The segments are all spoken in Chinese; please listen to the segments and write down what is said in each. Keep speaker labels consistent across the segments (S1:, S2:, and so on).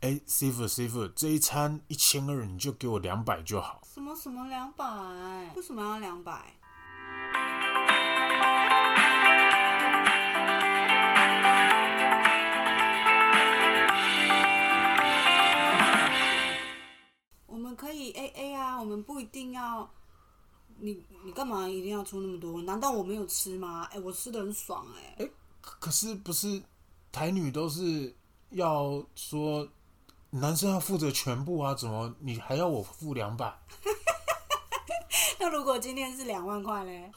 S1: 哎、师傅师傅，这一餐一千二，你就给我两百就好。
S2: 什么什么两百？为什么要两百？我们可以 A A 啊，我们不一定要。你你干嘛一定要出那么多？难道我没有吃吗？哎、我吃的很爽哎、
S1: 可可是不是台女都是要说男生要负责全部啊？怎么你还要我付两百？
S2: 那如果今天是两万块嘞，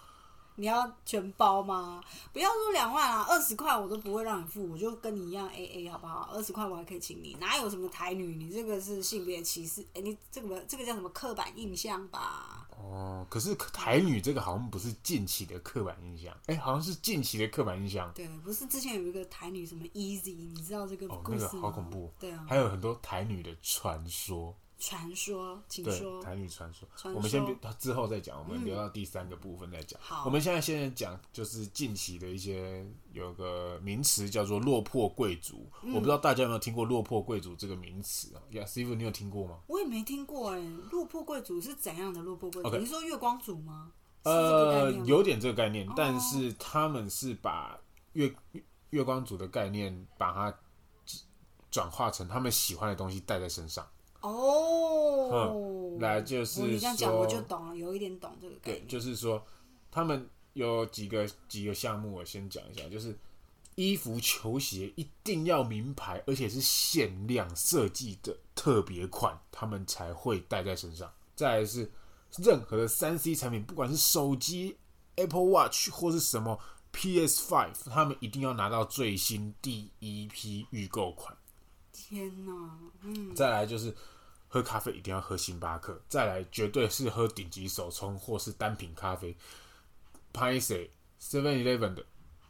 S2: 你要全包吗？不要说两万啊，二十块我都不会让你付，我就跟你一样 A A 好不好？二十块我还可以请你，哪有什么台女？你这个是性别歧视，哎、你这个这个叫什么刻板印象吧？
S1: 哦，可是台女这个好像不是近期的刻板印象，哎、好像是近期的刻板印象。
S2: 对，不是之前有一个台女什么 Easy，你知道这个
S1: 哦，
S2: 故
S1: 那
S2: 事
S1: 个
S2: 吗？
S1: 好恐怖。
S2: 对啊，
S1: 还有很多台女的传说，
S2: 传说，请
S1: 对，
S2: 说。
S1: 台女传说。
S2: 传说嗯
S1: 我们先不之后再讲，我们留到第三个部分再讲。
S2: 好
S1: 我们现在先讲就是近期的一些有个名词叫做落魄贵族，我不知道
S2: 嗯
S1: 大家有没有听过落魄贵族这个名词啊？呀，师傅，你有听过吗？
S2: 我也没听过哎、落魄贵族是怎样的落魄贵族
S1: OK
S2: 你说月光族吗？是这个概
S1: 呃
S2: 念，吗哦
S1: 有点这个概念，但是他们是把月月光族的概念把它转化成他们喜欢的东西带在身上，
S2: 哦，
S1: 来就
S2: 哦
S1: 是
S2: 你这样讲
S1: 说
S2: 我就懂了，有一点懂这个概
S1: 对，
S2: 念。
S1: 就是说他们有几个几个项目，我先讲一下，就是衣服、球鞋一定要名牌，而且是限量设计的特别款，他们才会带在身上。再来是任何的三 C 产品，不管是手机、Apple Watch 或是什么 PS Five，他们一定要拿到最新第一批预购款。
S2: 天哪， 嗯，
S1: 再来就是喝咖啡一定要喝星巴克，再来绝对是喝顶级手冲或是单品咖啡。拍谁 Seven Eleven 的、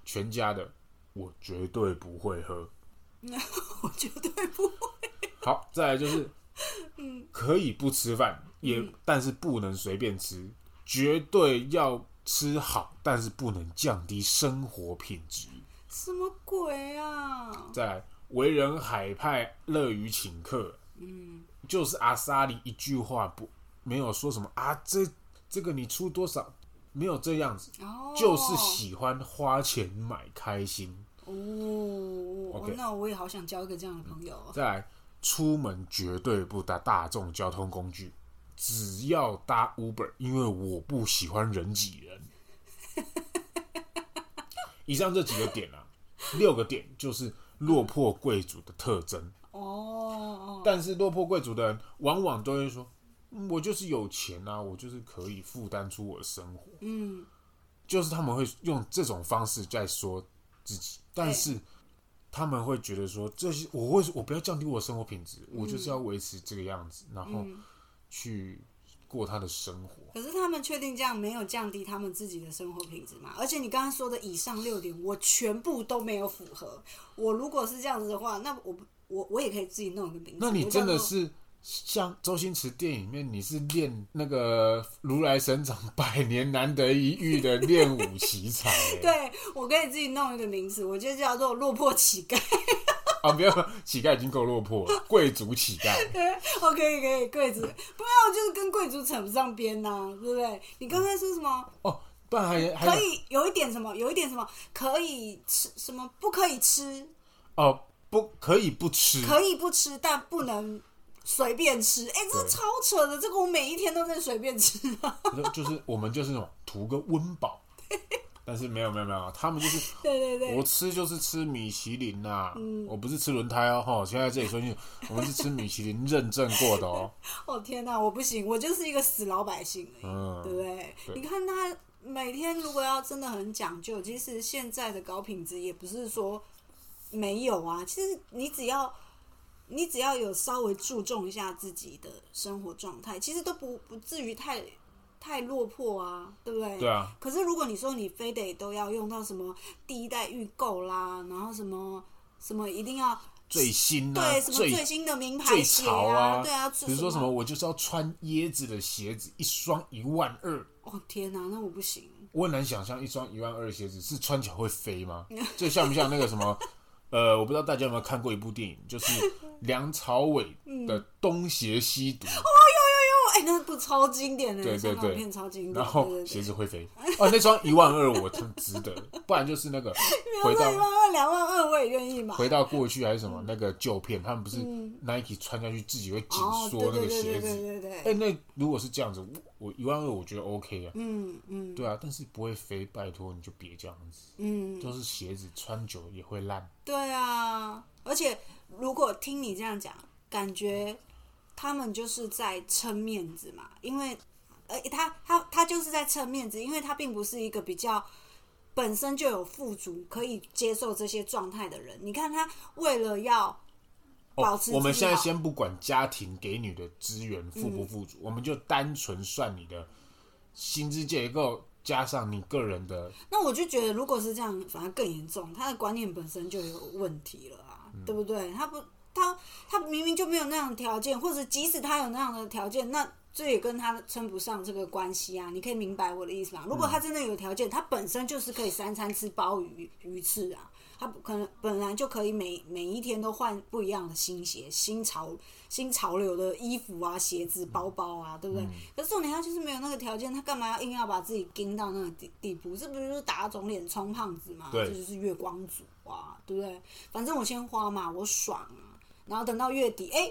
S1: 全家的，我绝对不会喝。
S2: 我绝对不会。
S1: 好，再来就是，可以不吃饭，也但是不能随便吃，绝对要吃好，但是不能降低生活品质。
S2: 什么鬼啊？
S1: 再来，为人海派，乐于请客。嗯，就是阿萨里一句话不没有说什么啊，这这个你出多少，没有这样子，
S2: 哦，
S1: 就是喜欢花钱买开心。
S2: 哦哦
S1: OK
S2: 那我也好想交一个这样的朋友哦。
S1: 再来，出门绝对不搭大众交通工具，只要搭 Uber，因为我不喜欢人挤人。以上这几个点啊，六个点就是落魄贵族的特征。
S2: 哦，
S1: 但是落魄贵族的人往往都会说，嗯我就是有钱啊，我就是可以负担出我的生活，
S2: 嗯，
S1: 就是他们会用这种方式在说自己，但是他们会觉得说，这些我为我不要降低我的生活品质，
S2: 嗯
S1: 我就是要维持这个样子，然后去过他的生活。
S2: 可是他们确定这样没有降低他们自己的生活品质吗？而且你刚刚说的以上六点，我全部都没有符合。我如果是这样子的话，那我不我我也可以自己弄一个名字。
S1: 那你
S2: 我叫
S1: 真的
S2: 做
S1: 是像周星驰电影里面，你是练那个如来神掌，百年难得一遇的练武奇才、欸
S2: 对啊我可以自己弄一个名字，我就叫做落魄乞丐。
S1: 啊，不要，乞丐已经够落魄了，贵族乞丐。
S2: 哦，可以可以，贵族，不然我就是跟贵族扯不上边呐、对不对？你刚才说什么？
S1: 哦，不然还还
S2: 可
S1: 有
S2: 以有一点什么，有一点什么可以吃什么，不可以吃，
S1: 哦，不可以不吃，
S2: 可以不吃，但不能随便吃。哎、这
S1: 对
S2: 超扯的，这个我每一天都在随便吃啊。
S1: 就就是我们就是那种图个温饱，但是没有没有没有，他们就是
S2: 对对对嗯
S1: 我，吃就是吃米其林呐、我不是吃轮胎哦，哈，现在这里说清楚，我们是吃米其林认证过的哦，
S2: 哦天哪，我不行，我就是一个死老百姓而已，对
S1: 嗯，
S2: 不对？
S1: 对
S2: 你看他每天如果要真的很讲究，其实现在的高品质也不是说没有啊，其实你只要。你只要有稍微注重一下自己的生活状态，其实都不不至于太太落魄啊，对不对？
S1: 对啊，
S2: 可是如果你说你非得都要用到什么第一代预购啦，然后什么什么一定要、
S1: 最新啊，
S2: 对什么
S1: 最
S2: 最新的名牌
S1: 最
S2: 鞋
S1: 潮啊，
S2: 对啊，
S1: 比如说什么，我就是要穿椰子的鞋子，一双一万二，
S2: 哦天哪、那我不行，
S1: 我很难想象一双一万二的鞋子是穿起来会飞吗？这像不像那个什么 呃，我不知道大家有没有看过一部电影，就是梁朝伟的《东邪西 毒》，
S2: 哎、那部超经典的，
S1: 对对
S2: 香港
S1: 对
S2: 片超经典。
S1: 然后
S2: 对对
S1: 鞋
S2: 对
S1: 子会飞。哦，那双一万二我真值得，不然就是那个回到
S2: 一 万二、两万二我也愿意买。
S1: 回到过去还是什么那个旧片，他们不是 Nike 穿下去自己会紧
S2: 嗯哦，对
S1: 缩那
S2: 对
S1: 个
S2: 对
S1: 鞋
S2: 对
S1: 子。
S2: 对对对
S1: 哎，那如果是这样子，我一万二我觉得 OK 啊，
S2: 嗯嗯
S1: 对啊，但是不会飞，拜托你就别这样子，
S2: 嗯，
S1: 就是鞋子穿久了也会烂。
S2: 对啊。而且如果听你这样讲，感觉他们就是在撑面子嘛，因为呃，他他他就是在撑面子，因为他并不是一个比较。本身就有富足，可以接受这些状态的人。你看他为了要保
S1: 哦
S2: 持自，己
S1: 我们现在
S2: 好
S1: 先不管家庭给你的资源富不富
S2: 嗯
S1: 足，我们就单纯算你的薪资结构加上你个人的，
S2: 那我就觉得，如果是这样，反而更严重，他的观念本身就有问题了啊，对不对？他不，他他明明就没有那样的条件，或者即使他有那样的条件，那这也跟他称不上这个关系啊。你可以明白我的意思吗？如果他真的有条件，他本身就是可以三餐吃鲍鱼鱼翅啊，他不可能本来就可以每每一天都换不一样的新鞋、新潮、新潮流的衣服啊、鞋子、包包啊，对不对？可是重点他就是没有那个条件，他干嘛要硬要把自己盯到那个地地步？这不就是打肿脸充胖子吗？
S1: 对
S2: 这就是月光族啊，对不对？反正我先花嘛，我爽啊，然后等到月底，哎、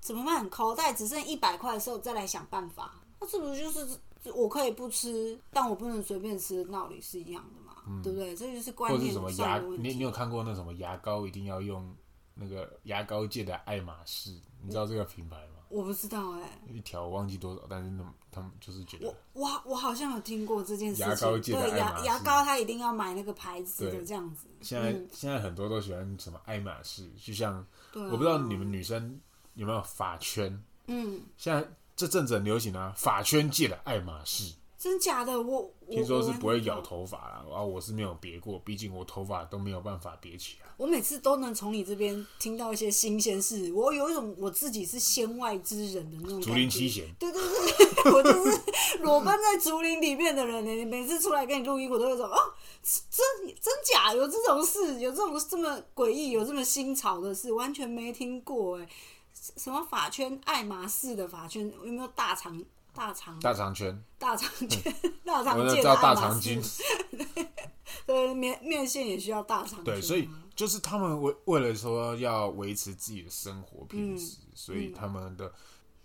S2: 怎么办？口袋只剩一百块的时候再来想办法，那这不就是我可以不吃，但我不能随便吃的道理是一样的嘛？对不对？这就是观
S1: 嗯或者是
S2: 念
S1: 什么牙，
S2: 上的问
S1: 你
S2: 题。
S1: 你有看过那什么牙膏一定要用那个牙膏界的爱马仕，你知道这个品牌吗？
S2: 我不知道哎、
S1: 一条我忘记多少，但是那么他们就是觉得
S2: 我我好我好像有听过这件事情，
S1: 牙膏界的
S2: 对
S1: 爱马
S2: 牙
S1: 仕
S2: 牙膏，它一定要买那个牌子的
S1: 对
S2: 这样子。
S1: 现在、现在很多都喜欢什么爱马仕，就像
S2: 嗯对啊、
S1: 我不知道你们女生有没有发圈，
S2: 嗯，
S1: 现在这阵子很流行啊，发圈界的爱马仕。
S2: 真假的我我
S1: 听说是不会
S2: 我
S1: 咬
S2: 完全
S1: 头发啦，啊，我是没有别过，毕竟我头发都没有办法别起啊来。
S2: 我每次都能从你这边听到一些新鲜事，我有一种我自己是仙外之人的那种感觉。
S1: 竹林七贤，
S2: 对对对，我就是裸奔在竹林里面的人呢。你每次出来跟你录音，我都有一种哦，真真假有这种事，有这种这么诡异，有这么新潮的事，完全没听过哎。什么法圈？爱马仕的法圈有没有大肠？大肠？
S1: 大长圈，
S2: 大肠圈？大肠
S1: 我
S2: 界
S1: 知
S2: 的
S1: 道
S2: 爱
S1: 大
S2: 马
S1: 长
S2: 仕
S1: 今？。
S2: 对，面面线也需要大肠圈啊。
S1: 对，所以就是他们为为了说要维持自己的生活
S2: 嗯
S1: 品质，所以他们的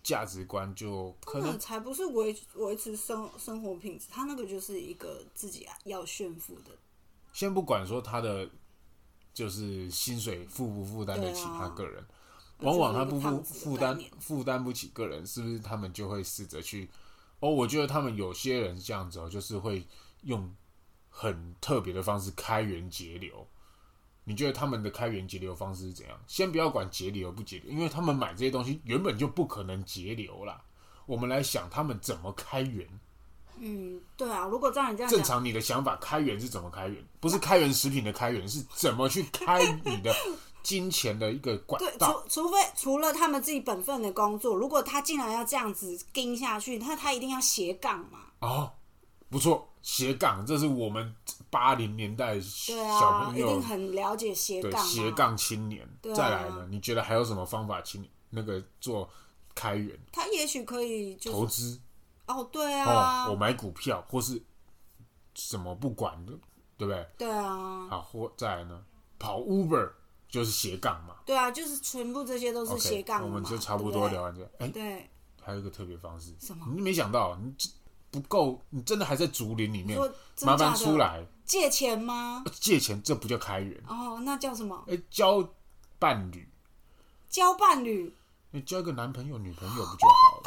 S1: 价值观就可
S2: 那
S1: 能
S2: 才不是维维持生生活品质，他那个就是一个自己要炫富的。
S1: 先不管说他的就是薪水负不负担得起
S2: 对啊
S1: 他个人，往往他不
S2: 就是一
S1: 负
S2: 个胖子的
S1: 负
S2: 概
S1: 担
S2: 念
S1: 负担不起个人，是不是他们就会试着去？哦，我觉得他们有些人这样子哦，就是会用很特别的方式开源节流。你觉得他们的开源节流方式是怎样？先不要管节流不节流，因为他们买这些东西原本就不可能节流啦。我们来想他们怎么开源。
S2: 嗯，对啊，如果照你这样
S1: 正
S2: 讲，
S1: 常你的想法，开源是怎么开源？不是开源食品的开源，是怎么去开你的金钱的一个管
S2: 对，
S1: 道？
S2: 除除非除了他们自己本分的工作，如果他竟然要这样子盯下去，那他一定要斜杠嘛。
S1: 哦，不错，斜杠，这是我们八零年代
S2: 对
S1: 小
S2: 啊，
S1: 朋
S2: 一
S1: 友
S2: 定很了解斜
S1: 对
S2: 杠、啊。
S1: 斜，杠青年。
S2: 对啊
S1: 再来呢，你觉得还有什么方法请你那个做开源
S2: 他也许可以就
S1: 投
S2: 是
S1: 资？
S2: 哦，对啊，
S1: 哦，我买股票或是什么不管的，对不对？
S2: 对啊，
S1: 好，或再来呢，跑 Uber 就是斜杠嘛。
S2: 对啊，就是全部这些都是
S1: OK，
S2: 斜杠的
S1: 我
S2: 嘛
S1: 们就差不多。
S2: 对
S1: 聊完这。哎
S2: 不，对对，
S1: 还有一个特别方式，
S2: 什么
S1: 你没想到，你这不够，你真的还在竹林里
S2: 你
S1: 面
S2: 说，真
S1: 麻烦
S2: 假的
S1: 出来
S2: 借钱吗？
S1: 借钱，这不叫开源。
S2: 哦，那叫什么？
S1: 哎、交伴侣，
S2: 交伴侣。
S1: 你交一个男朋友、女朋友不就好了？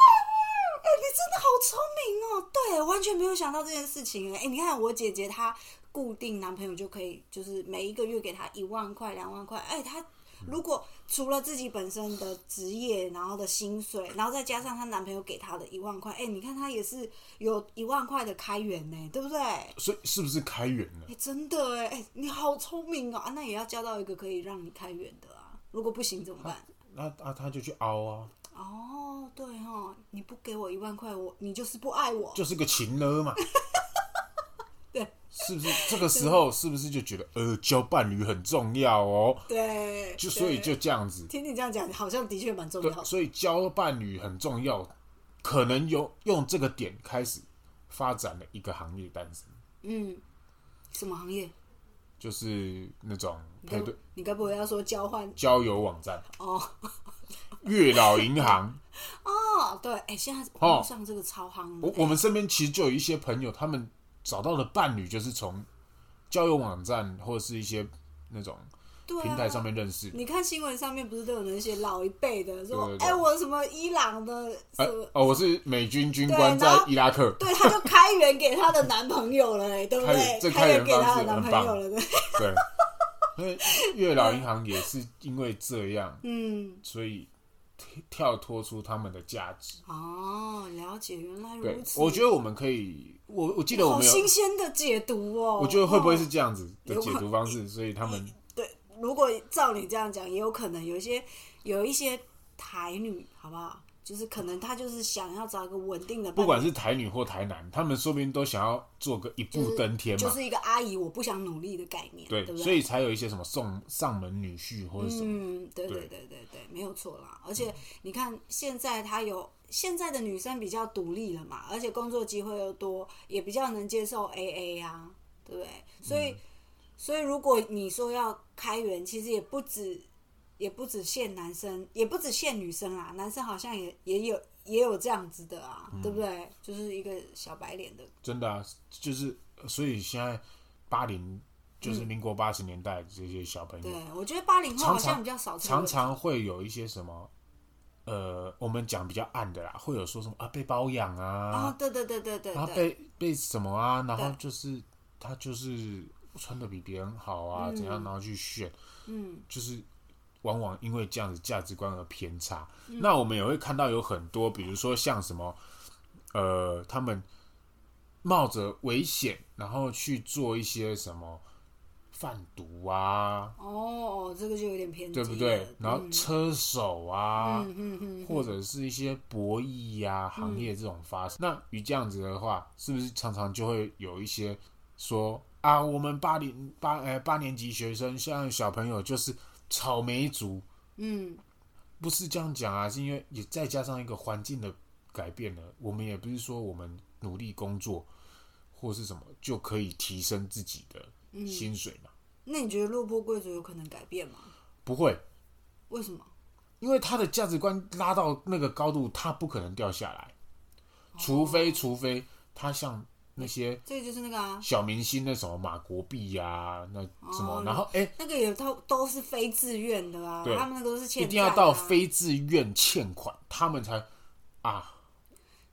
S2: 哎、你真的好聪明哦！对，完全没有想到这件事情。哎、你看我姐姐她固定男朋友就可以，就是每一个月给她一万块、两万块。哎、她如果除了自己本身的职业，然后的薪水，然后再加上她男朋友给她的一万块，哎、你看她也是有一万块的开源呢，对不对？哎、
S1: 所以是不是开源了？
S2: 真的哎，哎、你好聪明哦！啊，那也要交到一个可以让你开源的啊。如果不行怎么办？
S1: 那啊，他就去凹啊，
S2: 哦，对哦，你不给我一万块，我你就是不爱我。
S1: 就是个情勒嘛。
S2: 对，
S1: 是不是这个时候是不是就觉得呃交伴侣很重要哦？
S2: 对，
S1: 就所以
S2: 对
S1: 就这样子，
S2: 听你这样讲，好像的确蛮重
S1: 对
S2: 要，的。
S1: 所以交伴侣很重要，可能有用这个点开始发展了一个行业诞生，
S2: 嗯，什么行业？
S1: 就是那种
S2: 你
S1: 配
S2: 该
S1: 哎对
S2: 你该不会要说交换
S1: 交友网站、
S2: 哦？
S1: 月老银行。
S2: 哦，对，哎、现在
S1: 哦
S2: 网络上这个超夯的哎
S1: 我我们身边其实就有一些朋友，他们找到的伴侣就是从交友网站或者是一些那种
S2: 对啊
S1: 平台上面认识的。
S2: 你看新闻上面不是都有那些老一辈的说
S1: 对对，对
S2: 哎、我什么伊朗的
S1: 哎、
S2: 什么，
S1: 哦，我是美军军
S2: 对
S1: 官
S2: 然
S1: 在
S2: 后
S1: 伊拉克，
S2: 对，他就开源给他的男朋友了、哎，对不
S1: 开源这
S2: 对？
S1: 开源
S2: 源给他
S1: 方式
S2: 的男
S1: 很
S2: 朋
S1: 棒
S2: 友了，对，
S1: 对。所以月老银行也是因为这样，
S2: 嗯，
S1: 所以跳跳脱出他们的价值。
S2: 哦，了解，原来
S1: 对
S2: 如，此。
S1: 我觉得我们可以，我我记得我
S2: 好
S1: 们有，
S2: 新鲜的解读哦。
S1: 我觉得会不会是
S2: 哦
S1: 这样子的
S2: 有
S1: 解
S2: 可
S1: 读方式？所以他们
S2: 对？如果照你这样讲，也有可能有一些有一些台女，好不好？就是可能她就是想要找一个稳定的伴侣，
S1: 不管是台女或台男，他们说不定都想要做个一
S2: 就
S1: 步
S2: 是
S1: 登天
S2: 就
S1: 嘛。
S2: 是一个阿姨我不想努力的概念，
S1: 对，
S2: 不对？
S1: 所以才有一些什么送上门女婿或者什么，
S2: 嗯，对对对对对，没有错啦。而且你看，现在她有现在的女生比较独立了嘛，而且工作机会又多，也比较能接受 AA 啊，对不对？所
S1: 嗯
S2: 以，所以如果你说要开源，其实也不止，也不止限男生，也不止限女生啦，男生好像也也有也有这样子的啊，
S1: 嗯
S2: 对不对？就是一个小白脸的，
S1: 真的啊，就是所以现在八零就是民国八十年代这些小朋友
S2: 嗯对，我觉得八零后
S1: 嗯
S2: 好
S1: 常常
S2: 像比较少这个
S1: 常
S2: 问题，
S1: 常会有一些什么，呃，我们讲比较暗的啦，会有说什么啊被包养
S2: 啊
S1: 啊，，
S2: 对对对对对
S1: 然后
S2: 对。
S1: 被被什么啊，然后
S2: 对
S1: 就是他就是穿的比别人好啊，怎样，然后去炫，嗯，就是往往因为这样子价值观而偏差。
S2: 嗯
S1: 那我们也会看到有很多，比如说像什么，呃，他们冒着危险，然后去做一些什么贩毒啊，
S2: 哦，这个就有点偏激
S1: 对
S2: 了，
S1: 不对？然后车手啊，
S2: 嗯嗯
S1: 或者是一些博弈呀、行业这种发
S2: 嗯
S1: 生。那与这样子的话，是不是常常就会有一些说啊，我们八零八呃八年级学生，像小朋友就是草莓族，
S2: 嗯，
S1: 不是这样讲啊，是因为也再加上一个环境的改变了，我们也不是说我们努力工作或是什么就可以提升自己
S2: 嗯
S1: 的薪水嘛，
S2: 那你觉得落魄贵族有可能改变吗？
S1: 不会。
S2: 为什么？
S1: 因为他的价值观拉到那个高度，他不可能掉下来，除非
S2: 哦
S1: 除非他像那些
S2: 这个就是那个啊，
S1: 小明星那什么马国碧呀、那什么，
S2: 哦
S1: 然后哎、
S2: 那个也都都是非自愿的啊，
S1: 对
S2: 他们那个都是欠、啊、
S1: 一定要到非自愿欠款，他们才啊，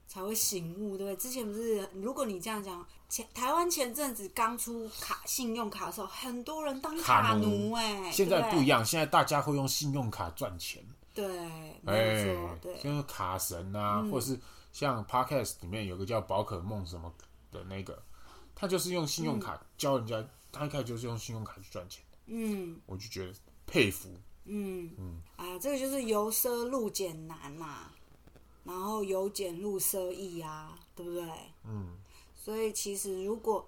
S2: 才会醒悟，对不对？之前不是，如果你这样讲，前台湾前阵子刚出卡信用卡的时候，很多人当
S1: 卡奴
S2: 奴哎、
S1: 现在不一
S2: 样，
S1: 样，现在大家会用信用卡赚钱，
S2: 对，
S1: 哎、
S2: 没有错，对，嗯
S1: 就是卡神啊，或者是像 Podcast 里面有个叫宝可梦什么的那个，他就是用信用卡教人家，他一开始就是用信用卡去赚钱，
S2: 嗯
S1: 我就觉得佩服。
S2: 嗯嗯，哎，这个就是由奢入俭难嘛、然后由俭入奢易啊，对不对？
S1: 嗯，
S2: 所以其实如果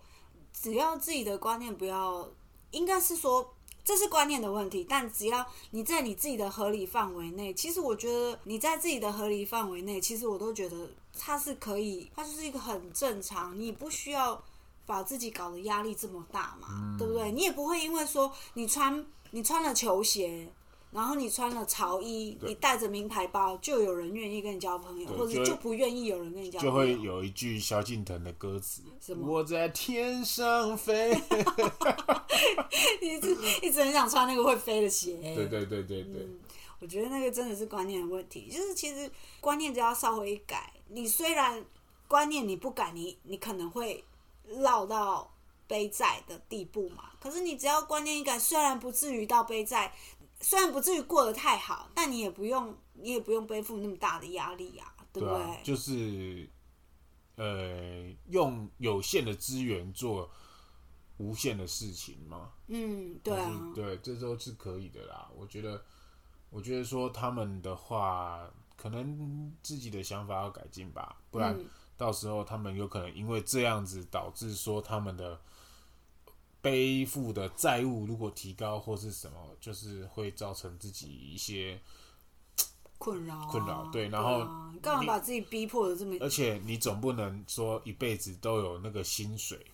S2: 只要自己的观念不要，应该是说这是观念的问题，但只要你在你自己的合理范围内，其实我觉得你在自己的合理范围内，其实我都觉得它是可以，它就是一个很正常，你不需要把自己搞得压力这么大嘛，
S1: 嗯
S2: 对不对？你也不会因为说你穿你穿了球鞋。然后你穿了潮衣，
S1: 对
S2: 你带着名牌包，就有人愿意跟你交朋友，
S1: 对
S2: 或
S1: 就
S2: 者
S1: 会
S2: 就不愿意有人跟你交
S1: 就
S2: 朋友。嗯
S1: 会有一句萧敬腾的歌词
S2: 什：“么嗯
S1: 我在天上飞。
S2: 一直一直很想穿那个会飞的鞋。”
S1: 对对对对对，
S2: 嗯我觉得那个真的是观念的问题，就是其实观念只要稍微一改，你虽然观念你不改，你你可能会落到背债的地步嘛。可是你只要观念一改，虽然不至于到背债，虽然不至于过得太好，但你也不用你也不用背负那么大的压力啊，对不
S1: 对
S2: 对？
S1: 啊，就是呃，用有限的资源做无限的事情嘛。
S2: 嗯，对啊，
S1: 就是对，这都是可以的啦。我觉得，我觉得说他们的话，可能自己的想法要改进吧，不然
S2: 嗯
S1: 到时候他们有可能因为这样子导致说他们的背负的债务如果提高或是什么，就是会造成自己一些，
S2: 困扰啊、
S1: 困扰对然
S2: 啊你干嘛把自己逼迫的这么
S1: 而且你总不能说一辈子都有那个薪水，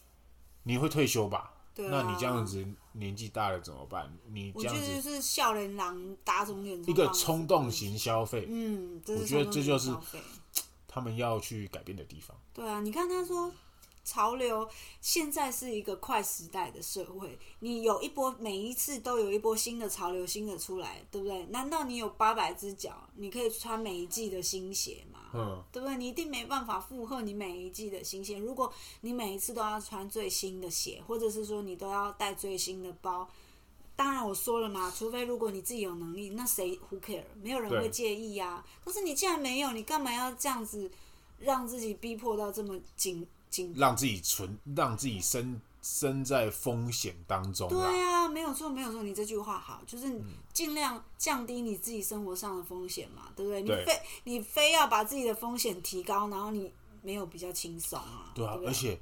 S1: 你会退休吧？
S2: 对啊？
S1: 那你这样，子年纪大了怎么办？你
S2: 我
S1: 这
S2: 觉
S1: 样
S2: 得就
S1: 子
S2: 是笑脸狼打肿脸充
S1: 一
S2: 胖子，
S1: 个冲动型消费，
S2: 嗯，这
S1: 我
S2: 是
S1: 觉得
S2: 冲动
S1: 这
S2: 型
S1: 就是
S2: 消费
S1: 他们要去改变的地方。
S2: 对啊，你看他说。潮流现在是一个快时代的社会，你有一波，每一次都有一波新的潮流，新的出来，对不对？难道你有八百只脚，你可以穿每一季的新鞋吗？
S1: 嗯，
S2: 对不对？你一定没办法负荷你每一季的新鲜。如果你每一次都要穿最新的鞋，或者是说你都要带最新的包，当然我说了嘛，除非如果你自己有能力，那谁 who care？没有人
S1: 对
S2: 会介意啊。但是你既然没有，你干嘛要这样子让自己逼迫到这么紧紧？
S1: 让自己存，让自己身身在风险当中
S2: 对
S1: 啦。
S2: 啊，没有错，没有错。你这句话好，就是
S1: 嗯
S2: 你尽量降低你自己生活上的风险嘛，对不对？
S1: 对
S2: 你非你非要把自己的风险提高，然后你没有比较轻松啊，
S1: 对啊
S2: 不，对
S1: 而且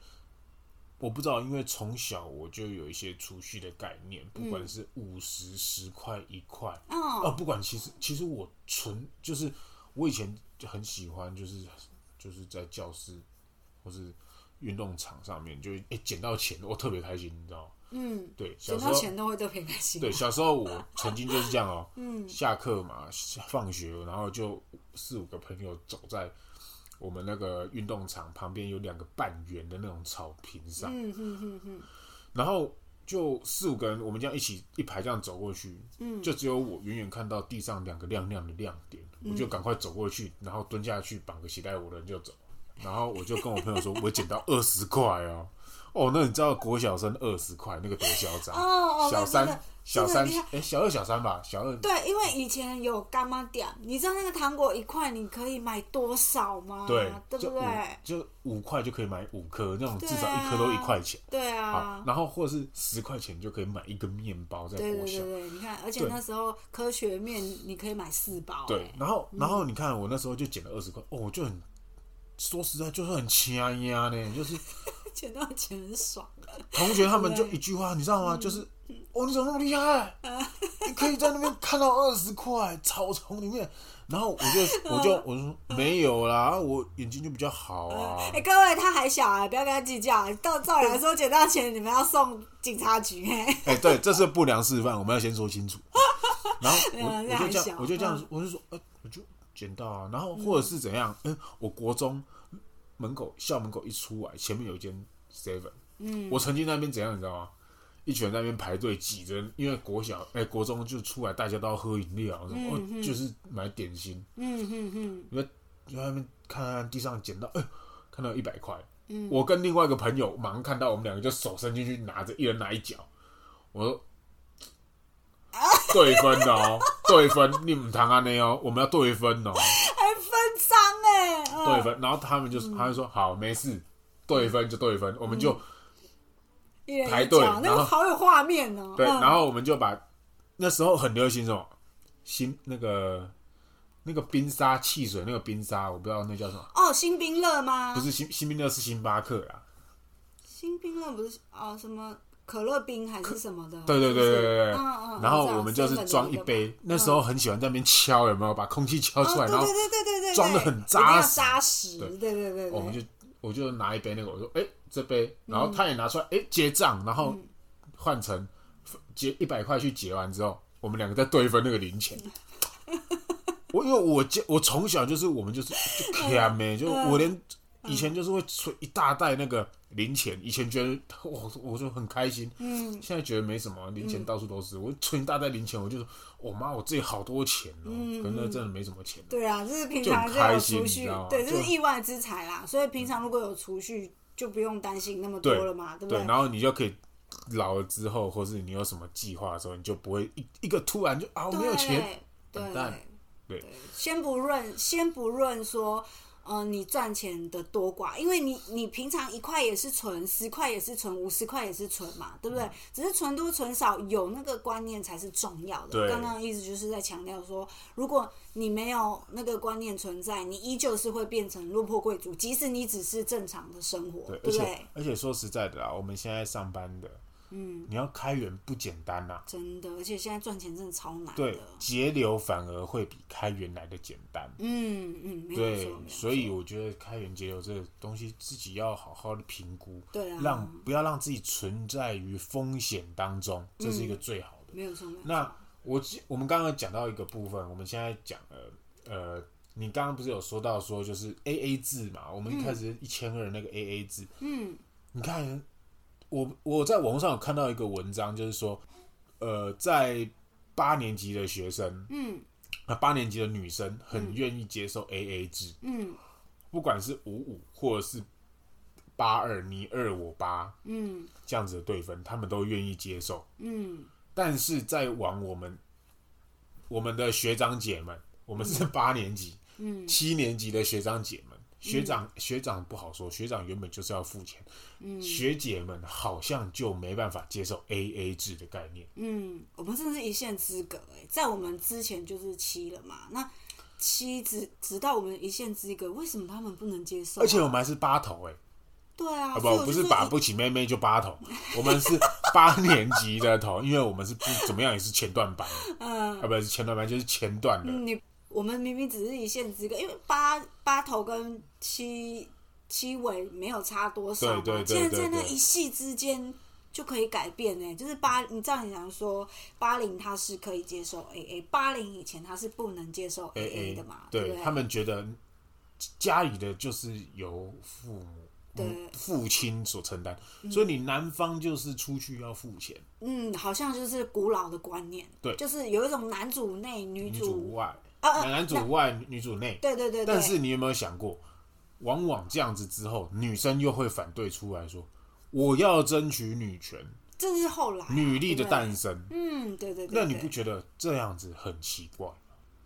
S1: 我不知道，因为从小我就有一些储蓄的概念，不管是五十、十块、一块，
S2: 嗯
S1: 哦，不管其实其实我存就是我以前就很喜欢，就是就是在教室或是运动场上面，就哎捡、到钱，我特别开心，你知道吗？
S2: 嗯，
S1: 对，小
S2: 捡
S1: 时
S2: 到
S1: 候
S2: 钱都会特别开心。
S1: 对，小时候
S2: 嗯
S1: 我曾经就是这样哦、下课嘛，下放学，然后就四五个朋友走在我们那个运动场旁边有两个半圆的那种草坪上，
S2: 嗯哼哼哼，
S1: 然后就四五个人，我们这样一起一排这样走过去，嗯，就只有我远远看到地上两个亮亮的亮点，
S2: 嗯
S1: 我就赶快走过去，然后蹲下去绑个鞋带，我人就走，然后我就跟我朋友说，我捡到二十块哦。哦，那你知道国小生二十块那个多嚣张？
S2: 哦哦
S1: 小
S2: 那真
S1: 三
S2: 的、
S1: 小
S2: 真的
S1: 三
S2: 厉害，
S1: 哎，小二、小三吧，小二
S2: 对，因为以前有干妈店，你知道那个糖果一块你可以买多少吗？
S1: 对，
S2: 对
S1: 就嗯
S2: 不
S1: 五
S2: 对？
S1: 就五块就可以买五颗，那种
S2: 对
S1: 至少一颗都一
S2: 啊
S1: 块钱。
S2: 对
S1: 好
S2: 啊，，
S1: 然后或者是十块钱就可以买一个面包，在
S2: 对
S1: 国
S2: 对
S1: 小
S2: 对。对，你看，而且
S1: 对
S2: 那时候科学面你可以买四包、
S1: 对
S2: 哎，
S1: 然后然后你看我那时候就捡了二十块，哦，我就很说实在就是很掐呀呢，就是
S2: 捡到钱很爽。
S1: 同学他们就一句话，你知道吗？
S2: 嗯
S1: 就是哦，你怎么那么厉
S2: 啊
S1: 害？你可以在那边看到二十块草丛里面，然后我就
S2: 嗯
S1: 我就我就说没有啦，我眼睛就比较好啊。
S2: 哎、各位他还小哎、不要跟他计较。到照理来说，捡到钱你们要送警察局哎、
S1: 哎、对，这是不良示范，我们要先说 清楚。然后我
S2: 没
S1: 我就这
S2: 有这还小
S1: 样，我就这样
S2: 嗯，
S1: 我就说，呃，我就捡到啊。然后或者是怎样？嗯，我国中门口校门口一出来，前面有一间 Seven，嗯，我曾经那边怎样，你知道吗？一群人在那边排队挤着，因为国小哎、国中就出来，大家都要喝饮料，然后、哦、就是买点心，
S2: 嗯哼哼，
S1: 因为就在那边看看地上捡到，哎、看到一百块。
S2: 嗯
S1: 我跟另外一个朋友马上看到，我们两个就手伸进去拿着，一人拿一角。我说，对分的哦，对分，你唔谈安内哦，我们要对分哦，
S2: 还 分赃哎、嗯
S1: 对分。然后他们就是，他们说好，没事，对分就对分，我们
S2: 嗯
S1: 就
S2: 一人一
S1: 排队
S2: 张那
S1: 然后
S2: 个好有画面哦、
S1: 对，
S2: 嗯
S1: 然后我们就把那时候很流行什么新那个那个冰沙汽水，那个冰沙，我不知道那叫什么，
S2: 哦，新冰乐吗？
S1: 不是新新冰乐是星巴克啦。
S2: 新冰乐不是哦什么可乐冰还是什么的？
S1: 对对对对对对
S2: 嗯嗯嗯。
S1: 然后
S2: 知道
S1: 我们就是装一，杯，那时候很喜欢在那边敲，有没有把空气敲
S2: 7-Eleven
S1: 出来？
S2: 的
S1: 然
S2: 那个
S1: 后
S2: 嗯哦，对对对对对对，
S1: 装得很扎实
S2: 一定要扎实，
S1: 对哦
S2: 对对对对。
S1: 我们就我就拿一杯那个，我说哎这杯，然后他也拿出来，哎结账，然后换成结一百块去结完之后，我们两个再对分那个零 钱。我因为我家我从小就是我们就是就卡没，
S2: 嗯
S1: 就我连以前就是会存一大袋那个零钱，以前觉得我我就很开心，嗯，现在觉得没什么，
S2: 嗯
S1: 零钱到处都是，我存一大袋零钱，我就说我妈我自己好多钱哦，
S2: 嗯
S1: 可能真的没什么钱，
S2: 对啊，就是平
S1: 就很
S2: 常
S1: 开
S2: 有
S1: 心
S2: 储
S1: 你
S2: 蓄
S1: 知道吗，
S2: 对，这
S1: 就是
S2: 意外之财啦。所以平常如果有储蓄，就不用担心那么多
S1: 对
S2: 了嘛，对不
S1: 对，然后你就可以老了之后，或是你有什么计划的时候，你就不会一一个突然就啊我没有钱，，
S2: 对
S1: 完蛋
S2: 对
S1: 对
S2: 对，先不论先不论说。呃，你赚钱的多寡，因为你你平常一块也是存，十块也是存，五十块也是存嘛，对
S1: 嗯
S2: 不对？只是存多存少有那个观念才是重要的。
S1: 对
S2: 刚刚的意思就是在强调说，如果你没有那个观念存在，你依旧是会变成落魄贵族，即使你只是正常的生活，
S1: 对，
S2: 对
S1: 而
S2: 不
S1: 且
S2: 对？
S1: 而且说实在的啦，我们现在上班的，
S2: 嗯，
S1: 你要开源不简单呐、
S2: 真的，而且现在赚钱真的超难
S1: 对
S2: 的。，
S1: 节流反而会比开源来的简单。
S2: 嗯嗯，没有
S1: 对
S2: 错，，没有
S1: 所以
S2: 错
S1: 我觉得开源节流这个东西自己要好好的评估，
S2: 对啊，
S1: 让不要让自己存在于风险当中，这是一个最好的。
S2: 没有错，没有错
S1: 那我记我们刚刚讲到一个部分，我们现在讲呃呃，你刚刚不是有说到说就是 A A 制嘛？我们一开始一千个人那个 A A 制，
S2: 嗯
S1: 你看我我在网络上有看到一个文章，就是说呃，在八年级的学生，
S2: 嗯
S1: 那八年级的女生很愿意接受 A A 制，
S2: 嗯
S1: 不管是五五或者是八二你二我八
S2: 嗯
S1: 这样子的对分，他们都愿意接受。
S2: 嗯，
S1: 但是在往我们我们的学长姐们，我们是八年级、
S2: 嗯
S1: 七年级的学长姐们，学长、学长不好说，学长原本就是要付钱，
S2: 嗯
S1: 学姐们好像就没办法接受 A A 制的概念，
S2: 嗯，我们真的是一线之隔哎、在我们之前就是七了嘛，那七直直到我们一线之隔，为什么他们不能接受啊、
S1: 而且我们还是八头哎、
S2: 对啊，
S1: 啊
S2: 所以
S1: 不，
S2: 我
S1: 不
S2: 就是说
S1: 拔
S2: 一
S1: 不起妹妹就八头，我们是八年级的头，因为我们是不怎么样也是前段 班，
S2: 嗯
S1: 啊不是前段班就是前段的，
S2: 嗯你我们明明只是一线之隔，因为八八头跟七七尾没有差多少嘛，
S1: 对对对
S2: 竟然
S1: 对
S2: 在那
S1: 对
S2: 一系之间就可以改变呢、欸就是八，你照你讲说，八零他是可以接受 AA，八零以前他是不能接受
S1: A
S2: AA
S1: A
S2: 的嘛，
S1: 对
S2: 不对？
S1: 他们觉得家里的就是由父母。
S2: 对
S1: 母父亲所承担，所以你男方就是出去要付钱，
S2: 嗯，好像就是古老的观念，
S1: 对
S2: 就是有一种男主内女
S1: 女
S2: 主
S1: 主外，
S2: 啊啊
S1: 男主外女主内。
S2: 对对对对，
S1: 但是你有没有想过，往往这样子之后，女生又会反对出来说：“我要争取女权、
S2: 这是后来啊
S1: 女力的
S2: 对不对
S1: 诞生。
S2: 嗯，对对对
S1: 那你
S2: 对
S1: 不觉得这样子很奇怪？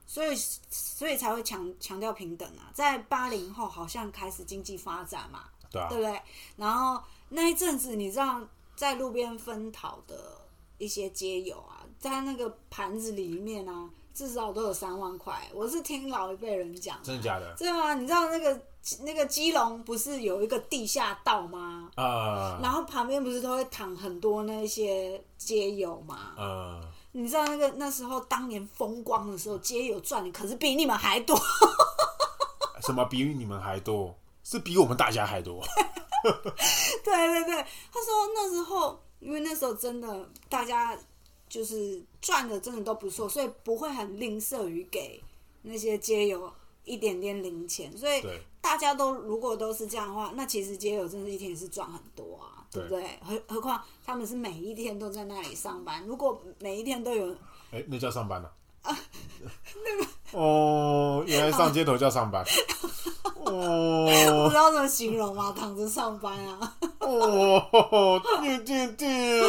S2: 所以所以才会强强调平等啊，在八零后好像开始经济发展嘛，
S1: 对啊
S2: 对，不对？然后那一阵子，你知道在路边分讨的一些街友啊，在那个盘子里面啊，至少都有三万块。我是听老一辈人讲，
S1: 真的假的？
S2: 对啊，你知道那个那个基隆不是有一个地下道吗？
S1: 啊、
S2: 然后旁边不是都会躺很多那些街友吗？
S1: 呃，
S2: 你知道那个那时候当年风光的时候，街友赚的可是比你们还多。
S1: 什么比你们还多？是比我们大家还多？
S2: 对对对，他说那时候，因为那时候真的大家就是赚的真的都不错，所以不会很吝啬于给那些街友一点点零钱，所以
S1: 对
S2: 大家都如果都是这样的话，那其实街友真的一天也是赚很多啊，对不
S1: 对
S2: 对？何何况他们是每一天都在那里上班，如果每一天都有
S1: 哎、那叫上班呢、
S2: 啊
S1: 哦，原来上街头叫上班。
S2: 不
S1: 哦
S2: 知道怎么形容嘛，躺着上班啊，
S1: 哦，对对对，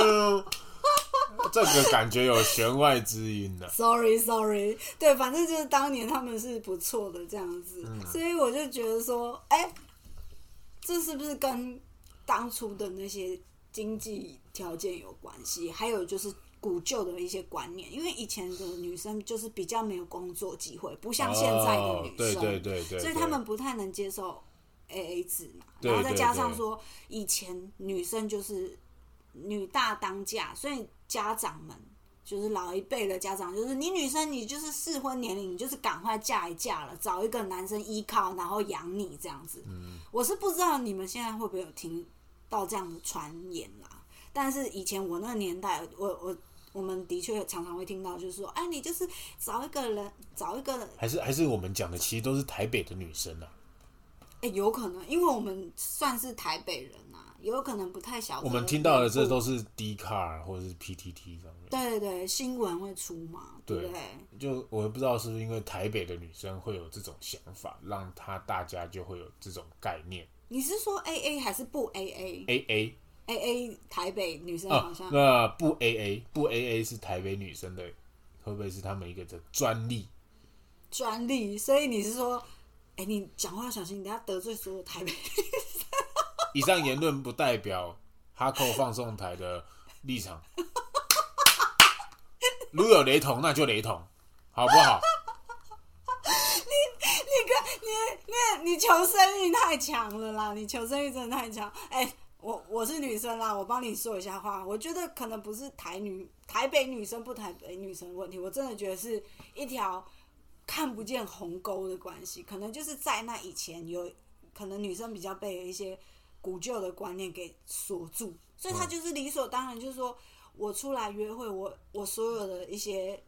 S1: 这个感觉有弦外之音呢、
S2: Sorry, Sorry，对，反正就是当年他们是不错的这样子，
S1: 嗯
S2: 所以我就觉得说，哎、这是不是跟当初的那些经济条件有关系？还有就是古旧的一些观念，因为以前的女生就是比较没有工作机会，不像现在的
S1: 哦
S2: 女生，
S1: 对对对对，
S2: 所以
S1: 对
S2: 他们不太能接受 AA 制嘛。
S1: 对
S2: 然后再加
S1: 对
S2: 上
S1: 对
S2: 说，以前女生就是女大当嫁，所以家长们就是老一辈的家长，就是你女生你就是适婚年龄，你就是赶快嫁一嫁了，找一个男生依靠，然后养你这样子。
S1: 嗯
S2: 我是不知道你们现在会不会有听到这样的传言啦。但是以前我那个年代，我我我们的确常常会听到，就是说，哎，你就是找一个人，找一个
S1: 还是还是我们讲的，其实都是台北的女生啊。
S2: 哎、有可能，因为我们算是台北人啊，有可能不太晓得。
S1: 我们听到的
S2: 嗯
S1: 这都是 D car 或者是 PTT 上面，
S2: 对对对，新闻会出嘛，对不
S1: 对
S2: 对？
S1: 就我不知道是不是因为台北的女生会有这种想法，让她大家就会有这种概念。
S2: 你是说 A A 还是不 A A？A
S1: A A
S2: A 台北女生
S1: 啊
S2: 好，像、
S1: 那不 A A 不 A A 是台北女生的，会不会是他们一个的专 利？
S2: 专利，所以你是说，哎、你讲话小心，你等下得罪所有台北。
S1: 以上言论不代表哈扣放送台的立场。 如有雷同，那就雷同，好不 好？
S2: 你你你求生欲太强了啦！你求生欲真的太强。哎、我我是女生啦，我帮你说一下话。我觉得可能不是台女、台北女生不台北女生的问题，我真的觉得是一条看不见鸿沟的关系。可能就是在那以前有，可能女生比较被一些古旧的观念给锁住，所以她就是理所当然，就是说我出来约会，我我所有的一些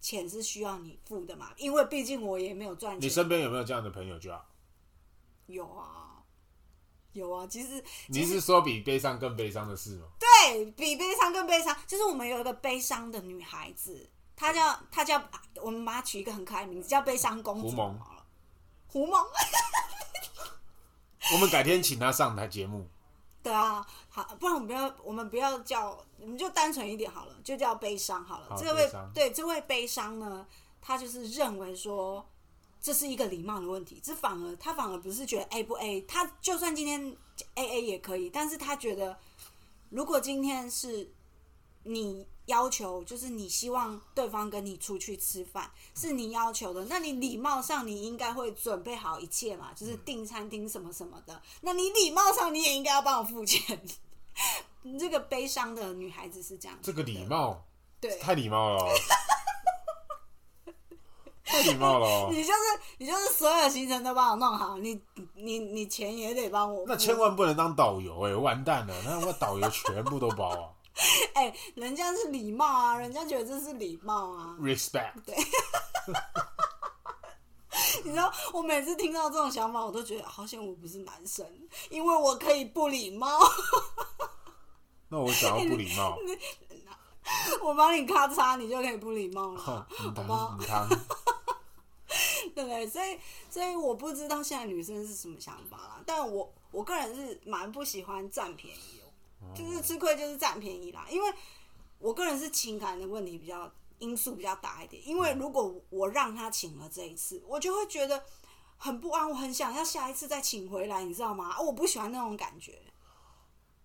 S2: 钱是需要你付的嘛，因为毕竟我也没有赚
S1: 你
S2: 钱。
S1: 身边有没有这样的朋友就好？
S2: 有啊，有啊，其实
S1: 你是说比悲伤更悲伤的事吗？
S2: 对比悲伤更悲伤，就是我们有一个悲伤的女孩子，她叫她叫我们把她取一个很可爱的名字，叫悲伤公主
S1: 胡蒙
S2: 好了。胡蒙，
S1: 我们改天请他上台节目，
S2: 对啊，好，不然我们不要，我们不要叫，我们就单纯一点好了，就叫悲伤好了。
S1: 好
S2: 这位
S1: 悲伤
S2: 对这位悲伤呢，他就是认为说这是一个礼貌的问题，这反而他反而不是觉得 A 不 A，他就算今天 A A 也可以，但是他觉得如果今天是你要求，就是你希望对方跟你出去吃饭，是你要求的，那你礼貌上你应该会准备好一切嘛，就是订餐厅什么什么的，那你礼貌上你也应该要帮我付钱。 你这个悲伤的女孩子是这样子
S1: 这
S2: 的，
S1: 个礼貌
S2: 对，
S1: 太礼貌 了哦，太礼貌了哦。
S2: 你就是你就是所有行程都帮我弄好，你你你钱也得帮我付。
S1: 那千万不能当导游哎、完蛋了！那我导游全部都包啊
S2: 哎、人家是礼貌啊，人家觉得这是礼貌啊。
S1: ，respect。
S2: 你知道，我每次听到这种想法，我都觉得好险我不是男生，因为我可以不礼貌。
S1: 那我想要不礼貌，
S2: 我帮你咔嚓，你就可以不礼貌了
S1: 哼，，很
S2: 吧
S1: 疼很疼。
S2: 对不对？所以，所以我不知道现在女生是什么想法啦。但我我个人是蛮不喜欢占便宜哦，就是吃亏就是占便宜啦。因为我个人是情感的问题比较因素比较大一点，因为如果我让他请了这一次，我就会觉得很不安，我很想要下一次再请回来，你知道吗？啊我不喜欢那种感觉。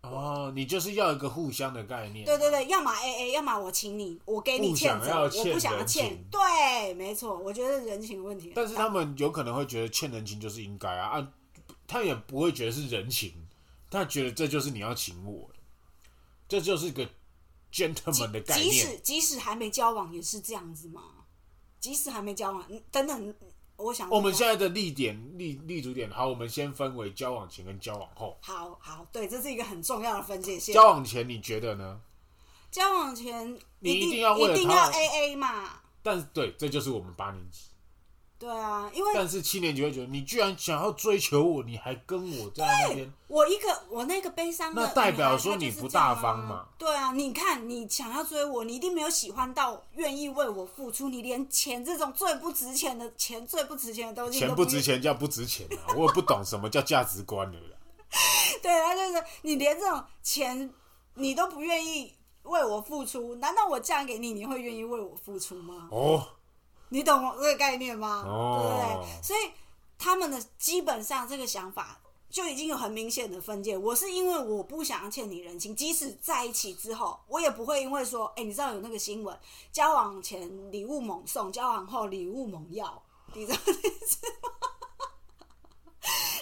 S1: 哦，你就是要一个互相的概念。
S2: 对对对，要么 A A，要么我请你，我给你
S1: 不
S2: 欠
S1: 想
S2: 责，
S1: 要
S2: 我不
S1: 欠
S2: 想要
S1: 人
S2: 欠
S1: 情。
S2: 对，没错，我觉得人情问题很大。
S1: 但是他们有可能会觉得欠人情就是应该啊，啊，他也不会觉得是人情，他觉得这就是你要请我的，这就是个 gentleman 的概
S2: 即
S1: 念。
S2: 使即使还没交往也是这样子吗？即使还没交往，嗯等等，我想
S1: 我们现在的立点立立足点，好，我们先分为交往前跟交往后。
S2: 好好对，这是一个很重要的分界线。
S1: 交往前你觉得呢？
S2: 交往前
S1: 你
S2: 一
S1: 一定要为了
S2: 一定
S1: 他
S2: 要 A A 嘛，
S1: 但是对，这就是我们八年级。
S2: 对啊，因为
S1: 但是七年级会觉得，你居然想要追求我，你还跟我在那边，
S2: 我一个我那个悲伤的
S1: 那
S2: 女
S1: 代表
S2: 孩
S1: 说
S2: 她就
S1: 你
S2: 是
S1: 不
S2: 这样
S1: 大方
S2: 啊
S1: 嘛？
S2: 对啊，你看你想要追我，你一定没有喜欢到愿意为我付出，你连钱这种最不值钱的钱最不值钱的东西
S1: 钱
S2: 都
S1: 不
S2: 愿
S1: 值钱叫不值钱啊！我也不懂什么叫价值观了啦。
S2: 对，他就是你连这种钱你都不愿意为我付出，难道我嫁给你，你会愿意为我付出吗？
S1: 哦，
S2: 你懂我这个概念吗？
S1: 哦
S2: 对不对？所以他们的基本上这个想法就已经有很明显的分界。我是因为我不想欠你人情，即使在一起之后，我也不会因为说，哎，你知道有那个新闻，交往前礼物猛送，交往后礼物猛要，你知道这件事吗？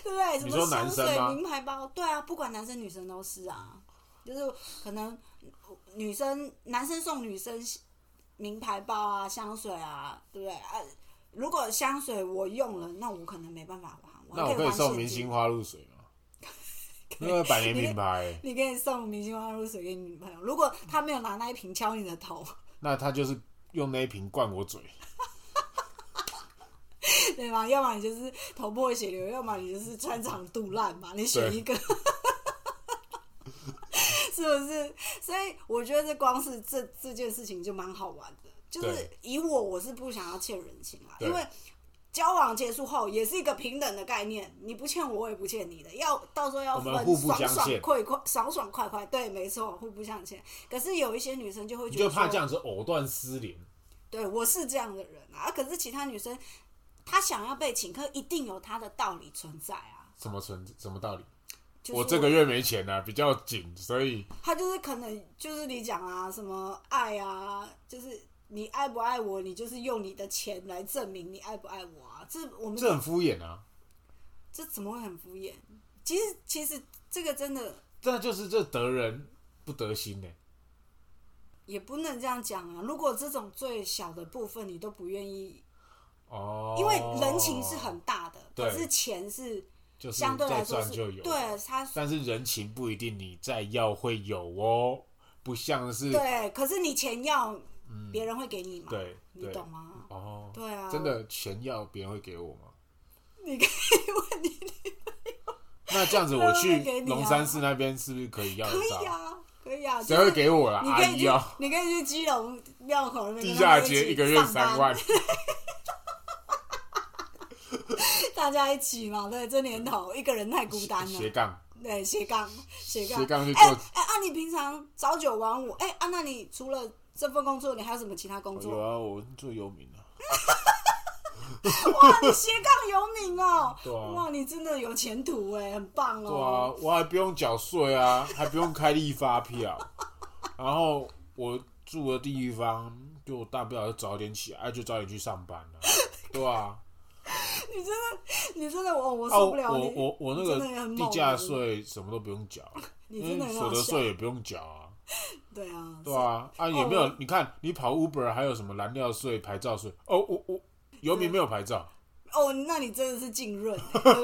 S2: 对不对？什
S1: 你
S2: 么
S1: 说
S2: 香
S1: 男生
S2: 水、
S1: 吗
S2: 名牌包， 对啊，不管男生女生都是啊，就是可能女生男生送女生名牌包啊、香水啊，对不对啊？如果香水我用了，那我可能没办法还，我
S1: 那
S2: 还
S1: 我可以
S2: 还
S1: 送
S2: 现
S1: 明
S2: 金
S1: 星花露水吗？那个百年品牌欸，
S2: 你可以送明星花露水给你女朋友，如果她没有拿那一瓶敲你的头，
S1: 那他就是用那一瓶灌我嘴。
S2: 对吗？要么你就是头破血流，要么你就是穿肠肚烂嘛，你选一个， 是不是？所以我觉得这光是这这件事情就蛮好玩的，就是
S1: 对
S2: 以我我是不想要欠人情啦，
S1: 对
S2: 因为。交往结束后也是一个平等的概念，你不欠我，我也不欠你的，要到时候要
S1: 我
S2: 分
S1: 们互不
S2: 爽
S1: 相
S2: 爽
S1: 欠
S2: 快快，爽爽快快，对，没错，互不相欠。可是有一些女生就会
S1: 你
S2: 觉得
S1: 就怕
S2: 说
S1: 这样子藕断丝连，
S2: 对，我是这样的人啊。啊可是其他女生，她想要被请客，一定有她的道理存在啊。
S1: 什么存什么道理？
S2: 就是、
S1: 我这个，月没钱啊，比较紧，所以
S2: 她就是可能就是你讲啊，什么爱啊，就是你爱不爱我，你就是用你的钱来证明你爱不爱我啊。这我们
S1: 这很敷衍啊。
S2: 这怎么会很敷衍？其实其实这个真的
S1: 这就是这得人不得心呢、
S2: 也不能这样讲啊。如果这种最小的部分你都不愿意，
S1: 哦，
S2: 因为人情是很大的，
S1: 对
S2: 可是钱是
S1: 就是
S2: 相对来
S1: 再
S2: 说
S1: 赚
S2: 是，
S1: 就有，，
S2: 对它
S1: 但是人情不一定你再要会有哦，不像是
S2: 对，可是你钱要，别人会给你嘛，
S1: 对
S2: 你
S1: 对
S2: 懂吗？
S1: 哦，
S2: 对啊，
S1: 真，的钱要别人会给我吗？
S2: 你可以问你，
S1: 那这样子我
S2: 当然会给
S1: 去
S2: 你啊
S1: 龙山寺那边是不是可以要得
S2: 可以
S1: 到？
S2: 啊，可以啊，
S1: 谁
S2: 就是
S1: 会给我啦？
S2: 你
S1: 阿
S2: 可以
S1: 姨
S2: 去
S1: 哦，，
S2: 你可以去基隆庙口那边
S1: 地
S2: 跟
S1: 下
S2: 他们起
S1: 街一个月
S2: 上
S1: 三
S2: 班
S1: 万，
S2: 大家一起嘛，对，这年头一个人太孤单
S1: 斜
S2: 了，
S1: 杠
S2: 对，斜杠，斜杠
S1: 斜，杠去
S2: 哎
S1: 做。
S2: 哎，啊，你平常朝九晚五，哎，啊，那你除了这份工作，你还有什么其他工
S1: 有
S2: 作？
S1: 啊，我做游民啊，
S2: 哇，你哎斜杠游民哦
S1: 对啊，
S2: 哇，你真的有前途哎，很棒
S1: 对
S2: 哦
S1: 啊，，我还不用缴税啊，还不用开立发票， 然后我住的地方就大不了就早点起来，啊就早点去上班了、对啊。
S2: 你真的 哦我我
S1: 啊，
S2: 受
S1: 我
S2: 不了你，
S1: 我我那个
S2: 你真的很猛
S1: 地价税什么都不用缴啊，
S2: 你真
S1: 因
S2: 的
S1: 为
S2: 很
S1: 所
S2: 好
S1: 得
S2: 笑，
S1: 税也不用缴啊。
S2: 对啊，
S1: 对啊，啊也
S2: 哦
S1: 没有，
S2: 我
S1: 你看你跑 Uber 还有什么燃料税、牌照税？哦，我我游民没有牌照，
S2: 哦，那你真的是浸润，哎对不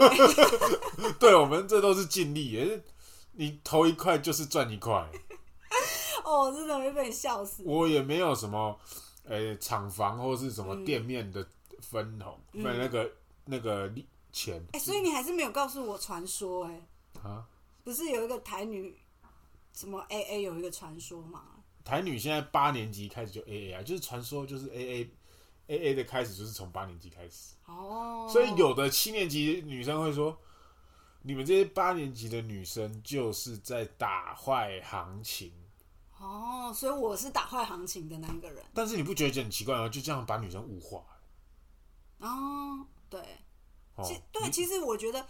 S2: 对
S1: 对我们这都是尽力，也是你投一块就是赚一块。
S2: 哦，真的会被你笑死，
S1: 我也没有什么呃厂房或是什么店面的分红，
S2: 嗯
S1: 那那个那个利钱
S2: 哎，所以你还是没有告诉我传说，哎，
S1: 啊。
S2: 不是有一个台女什么 A A 有一个传说嘛？
S1: 台女现在八年级开始就 A A 啊，就是传说就是 A A A A 的开始就是从八年级开始。
S2: 哦，
S1: 所以有的七年级女生会说：“你们这些八年级的女生就是在打坏行情。
S2: 哦，所以我是打坏行情的那一个人”
S1: 但是你不觉得很奇怪吗？就这样把女生物化。
S2: 哦，对，
S1: 哦
S2: 其，对，其实我觉得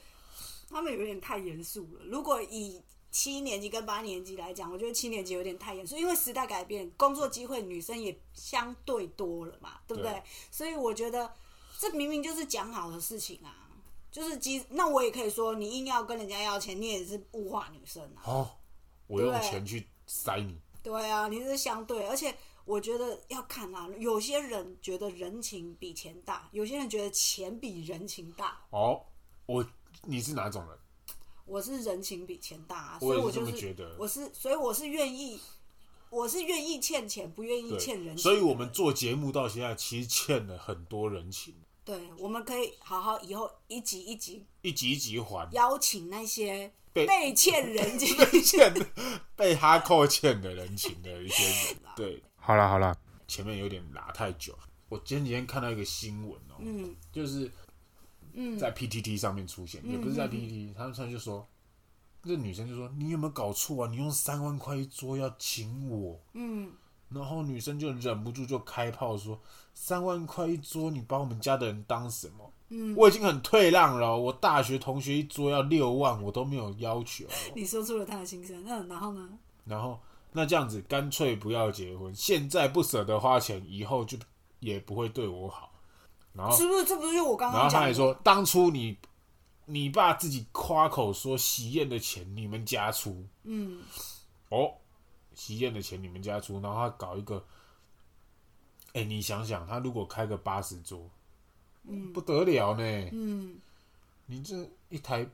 S2: 他们有点太严肃了。如果以七年级跟八年级来讲，我觉得七年级有点太严肃，因为时代改变，工作机会女生也相对多了嘛，对不对？
S1: 对
S2: 所以我觉得这明明就是讲好的事情啊，就是即那我也可以说，你硬要跟人家要钱，你也是物化女生啊。
S1: 哦，我用
S2: 对
S1: 钱去塞你。
S2: 对啊，你是相对，而且我觉得要看啊，有些人觉得人情比钱大，有些人觉得钱比人情大。
S1: 哦，我你是哪种人？
S2: 我是人情比钱大、啊，所
S1: 我
S2: 以
S1: 也
S2: 我
S1: 这
S2: 就
S1: 么
S2: 是
S1: 觉得。
S2: 我是，所以我是愿意，我是愿意欠钱，不愿意欠人
S1: 对，
S2: 情。
S1: 所以我们做节目到现在，其实欠了很多人情，
S2: 对，我们可以好好以后一集一集
S1: 一集一集还。
S2: 邀请那些
S1: 被
S2: 被欠 人情。
S1: 欠被哈扣欠的人情的一些人。对，好啦好啦，前面有点拉太久。我前几天看到一个新闻哦、
S2: 嗯
S1: 就是
S2: 嗯，
S1: 在 PTT 上面出现，也不是在 PTT，他们上就说，这女生就说你有没有搞错啊？你用三万块一桌要请我，
S2: 嗯，
S1: 然后女生就忍不住就开炮说，三万块一桌，你把我们家的人当什么？
S2: 嗯，
S1: 我已经很退让了哦、我大学同学一桌要六万，我都没有要求哦、
S2: 你说出了他的心声。那然后呢？
S1: 然后那这样子干脆不要结婚，现在不舍得花钱，以后就也不会对我好。然后，
S2: 是不是这不是我刚
S1: 哦然后
S2: 刚
S1: 他
S2: 讲
S1: 还
S2: 的？
S1: 说，当初你你爸自己夸口说喜宴的钱你们家出
S2: 嗯，
S1: 哦，喜宴的钱你们家出，然后他搞一个，哎，你想想，他如果开个八十桌，
S2: 嗯
S1: 不得了呢，
S2: 嗯
S1: 你这一台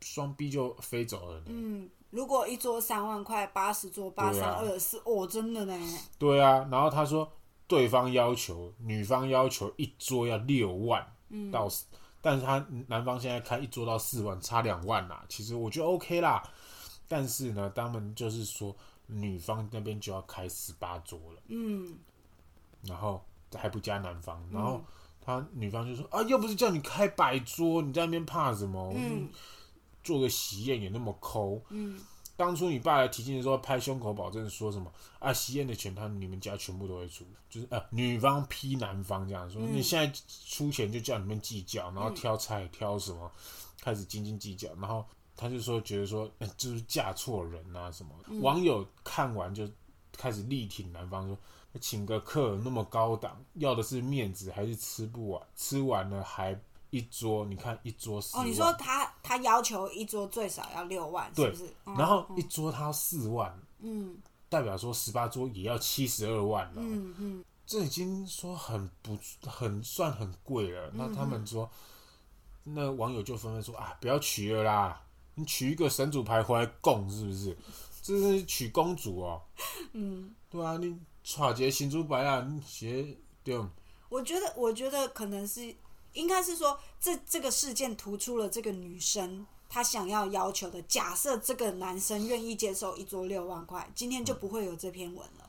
S1: 双 B 就飞走了呢。
S2: 嗯，如果一桌三万块，八十桌八
S1: 对
S2: 三
S1: 啊
S2: 二四，哦，真的呢。
S1: 对啊，然后他说对方要求女方要求一桌要六万，嗯，到四，但是他男方现在开一桌到四万，差两万啦。其实我觉得 OK 啦，但是呢，他们就是说女方那边就要开十八桌了，
S2: 嗯，
S1: 然后还不加男方，然后他女方就说啊，又不是叫你开百桌，你在那边怕什么？
S2: 嗯，
S1: 做个喜宴也那么抠，
S2: 嗯，
S1: 当初你爸来提亲的时候拍胸口保证说什么啊？喜宴的钱他你们家全部都会出，就是呃女方批男方这样
S2: 嗯
S1: 说，你现在出钱就叫你们计较，然后挑菜挑什么，开始斤斤计较，然后他就说觉得说、呃就是嫁错人啊什么。
S2: 嗯
S1: 网友看完就开始力挺男方说，请个客那么高档，要的是面子还是吃不完？吃完了还一桌，你看一桌十
S2: 哦，
S1: 万。
S2: 你说他他要求一桌最少要六万，是
S1: 对
S2: 不是？嗯
S1: 然后一桌他要四万，
S2: 嗯
S1: 代表说十八桌也要七十二万了、
S2: 嗯嗯，
S1: 这已经说很不很算很贵了。
S2: 嗯
S1: 那他们说，那网友就纷纷说啊，不要娶了啦，你娶一个神主牌回来供是不是？这是娶公主哦、
S2: 嗯，
S1: 对啊，你娶一个神主牌啊，你写对吗
S2: 我觉得我觉得可能是应该是说这这个事件突出了这个女生。她想要要求的，假设这个男生愿意接受一桌六万块，今天就不会有这篇文了。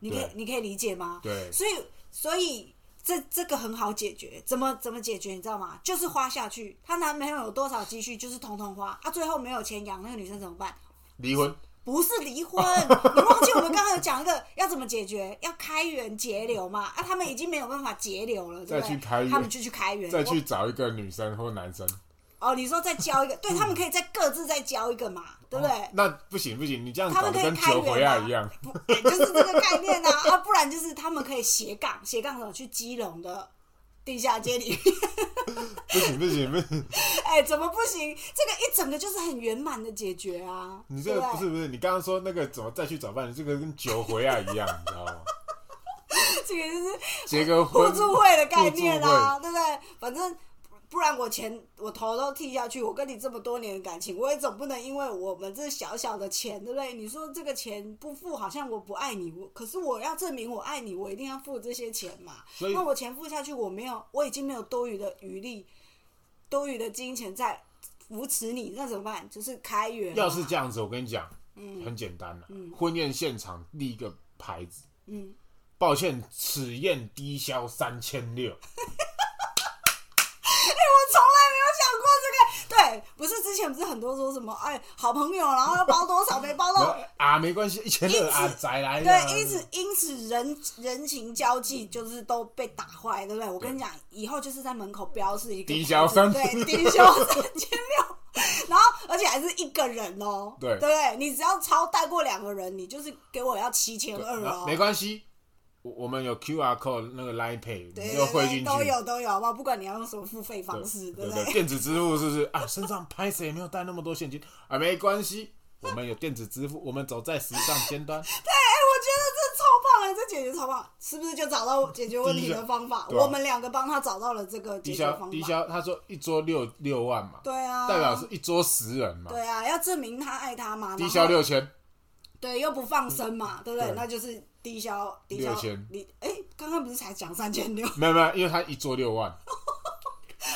S2: 你可以
S1: 嗯对
S2: 你可以理解吗？
S1: 对
S2: 所以所以这这个很好解决，怎么怎么解决你知道吗？就是花下去，她男朋友有多少积蓄就是通通花，啊，最后没有钱养那个女生怎么办？
S1: 离婚。
S2: 不是离婚， 你忘记我们刚刚有讲一个要怎么解决？要开源节流嘛？啊，他们已经没有办法节流了，对
S1: 再
S2: 不对？
S1: 去开源
S2: 他们就去开源，
S1: 再去找一个女生或男生，
S2: 哦，你说再交一个，对他们可以再各自再交一个嘛， 对不对？
S1: 那不行不行，你这样
S2: 他
S1: 搞
S2: 们
S1: 得
S2: 可以
S1: 跟
S2: 开
S1: 九回
S2: 源
S1: 亚一
S2: 啊，
S1: 样。
S2: 不，哎就是这个概念啊 啊，不然就是他们可以斜杠，斜杠什么去基隆的地下 街里面，
S1: 不行不行不行，
S2: 哎、怎么不行？这个一整个就是很圆满的解决啊，
S1: 你这个
S2: 对
S1: 不是不是，你刚刚说那个怎么再去找伴侣，这个跟九回亚一样，你知道 吗？
S2: 对？这个就是
S1: 结个
S2: 互
S1: 婚，
S2: 助会的概念啊，对不对？反正不不然我钱我头都剃下去，我跟你这么多年的感情，我也总不能因为我们这小小的钱，对不对？你说这个钱不付，好像我不爱你，我可是我要证明我爱你，我一定要付这些钱嘛。
S1: 所以
S2: 那我钱付下去，我没有，我已经没有多余的余力，多余的金钱在扶持你，那怎么办？就是开源、
S1: 要是这，样子，我跟你讲，
S2: 嗯
S1: 很简单了、婚宴现场立一个牌子，
S2: 嗯，
S1: 抱歉，此宴低消三千六。
S2: 我从来没有想过这个。对，不是之前不是很多说什么哎，好朋友，然后要包多少没包到，
S1: 啊，没关系，一千二啊，再来啦。
S2: 哦对，因此因此人人情交际就是都被打坏，对不对？我跟你讲，以后就是在门口标示一个
S1: 低
S2: 牌
S1: 消
S2: 子
S1: 三
S2: 对，低消三千六，然后而且还是一个人哦，
S1: 对
S2: 对不对？你只要超带过两个人，你就是给我要七千二
S1: 然
S2: 哦
S1: 后。没关系，我我们有 QR code 那个 Line Pay，
S2: 对
S1: 你就
S2: 对
S1: 汇
S2: 对，
S1: 进去。
S2: 都有都有，好不好？不管你要用什么付费方式，
S1: 对
S2: 对不
S1: 对？电子支付是不是啊？身上拍谁也没有带那么多现金啊？没关系，我们有电子支付，我们走在时尚尖端。
S2: 哎、我觉得这超棒了，这解决超棒，是不是就找到解决问题的方法？
S1: 低消
S2: 我们两个帮他找到了这个
S1: 低
S2: 解决
S1: 消
S2: 方
S1: 啊低
S2: 法。
S1: 消，他说一桌六六万嘛，
S2: 对啊，
S1: 代表是一桌十人嘛，
S2: 对啊，要证明他爱他嘛。
S1: 低
S2: 然
S1: 消
S2: 后
S1: 六千，
S2: 对，又不放生嘛，对不对？
S1: 对
S2: 那就是低消低消
S1: 6000
S2: 你哎，刚刚不是才讲三千六？
S1: 没有没有，因为他一桌六万，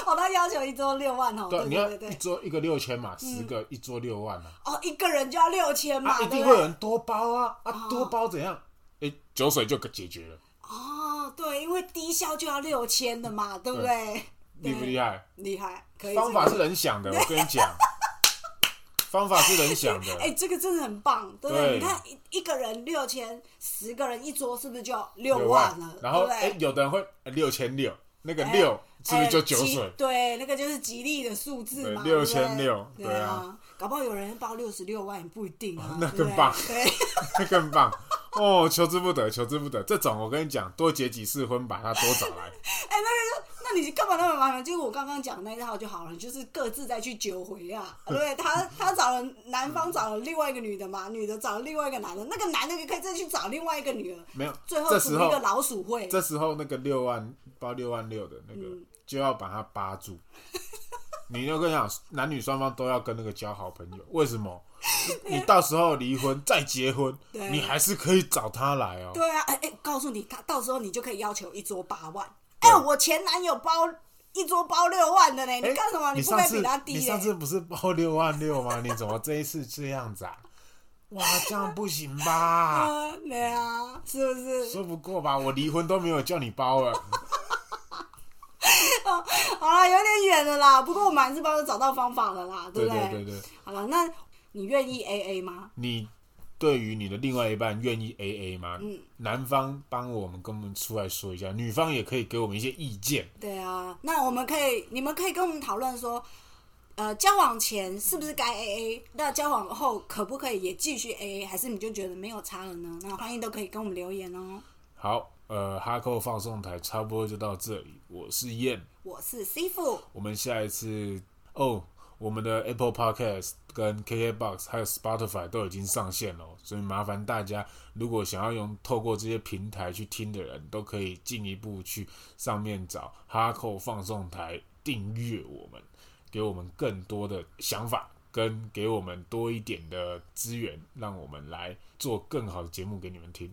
S2: 哦，他要求一桌六万哦，对
S1: 啊你要
S2: 对
S1: 一
S2: 对，
S1: 桌一个六千嘛，十个一桌六万嘛，
S2: 哦，一个人就要六千嘛，
S1: 啊，一
S2: 对
S1: 定会
S2: 不
S1: 有
S2: 对？
S1: 人多包啊，啊，多包怎样？哎，酒水就解决了，
S2: 哦，对，因为低消就要六千的嘛，对不对？
S1: 厉不厉害？
S2: 厉害，可以。
S1: 方法
S2: 这
S1: 是
S2: 个
S1: 人想的，我跟你讲，方法是人想的。
S2: 哎，这个真的很棒，对不对？
S1: 对
S2: 你看一一个人六千，十个人一桌是不是就六
S1: 六
S2: 万了？
S1: 啊然后
S2: 对不
S1: 哎、
S2: 对
S1: 诶有的人会六千六，那个
S2: 哎
S1: 六是不是就九
S2: 哎 吉
S1: 水？
S2: 对，那个就是吉利的数字嘛，
S1: 对
S2: 对不对
S1: 6600
S2: 对
S1: 对
S2: 啊
S1: 啊，哦
S2: 搞不好有人报六十六万也不一定啊，
S1: 那
S2: 对不对
S1: 更棒
S2: 对，
S1: 那更棒哦！求之不得，求之不得。这种我跟你讲，多结几次婚，把他多找 来。
S2: 哎，那个就，那你干嘛那么麻烦？就是我刚刚讲那一套就好了，就是各自再去揪回啊，对不对？他他找了男方找了另外一个女的嘛，女的找了另外一个男的，那个男的可以再去找另外一个女的，
S1: 没有，
S2: 最后
S1: 这
S2: 组
S1: 时
S2: 一
S1: 候
S2: 个老鼠会。
S1: 这时候那个六万包六万六的那个，
S2: 嗯
S1: 就要把他扒住。你就跟你讲，男女双方都要跟那个交好朋友。为什么？你你到时候离婚再结婚
S2: 对，
S1: 你还是可以找他来哦。
S2: 对啊，哎、哎、告诉你，他到时候你就可以要求一桌八万。哎、我前男友包一桌包六万的呢，
S1: 啊哎
S2: 你干什么？
S1: 你
S2: 不可
S1: 上
S2: 以
S1: 次
S2: 比他低
S1: 你
S2: 嘞
S1: 上？次不是报六万六吗？你怎么这一次这样子啊？哇，这样不行 吧？
S2: 啊，对啊，是不是？
S1: 说不过吧？我离婚都没有叫你包 了。
S2: 好了，有点远了啦，不过我们还是帮他找到方法了啦，
S1: 对
S2: 不
S1: 对对对，
S2: 好了，那你愿意 A A 吗？
S1: 你对于你的另外一半愿意 A A 吗？
S2: 嗯
S1: 男方帮我们跟我们出来说一下，女方也可以给我们一些意见。
S2: 对啊，那我们可以，你们可以跟我们讨论说，呃，交往前是不是该 A A？那交往后可不可以也继续 A A？还是你就觉得没有差了呢？那欢迎都可以跟我们留言哦。
S1: 好，呃，哈扣放送台差不多就到这里，我是燕，
S2: 我是 C 父。
S1: 我们下一次哦，我们的 Apple Podcast 跟 KKBox 还有 Spotify 都已经上线了，所以麻烦大家如果想要用透过这些平台去听的人，都可以进一步去上面找哈扣放送台订阅我们，给我们更多的想法，跟给我们多一点的资源，让我们来做更好的节目给你们听。